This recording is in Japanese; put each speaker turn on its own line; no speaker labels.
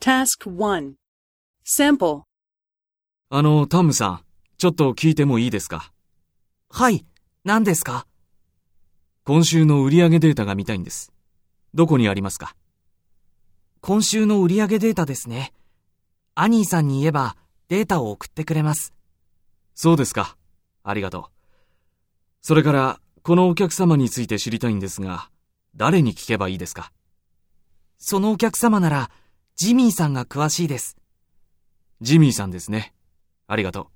Task 1 Sample
あの、タムさん、ちょっと聞いてもいいですか
はい、何ですか
今週の売上データが見たいんです。どこにありますか
今週の売上データですね。アニーさんに言えばデータを送ってくれます。
そうですか。ありがとう。それから、このお客様について知りたいんですが、誰に聞けばいいですか
そのお客様なら、ジミーさんが詳しいです。
ジミーさんですね。ありがとう。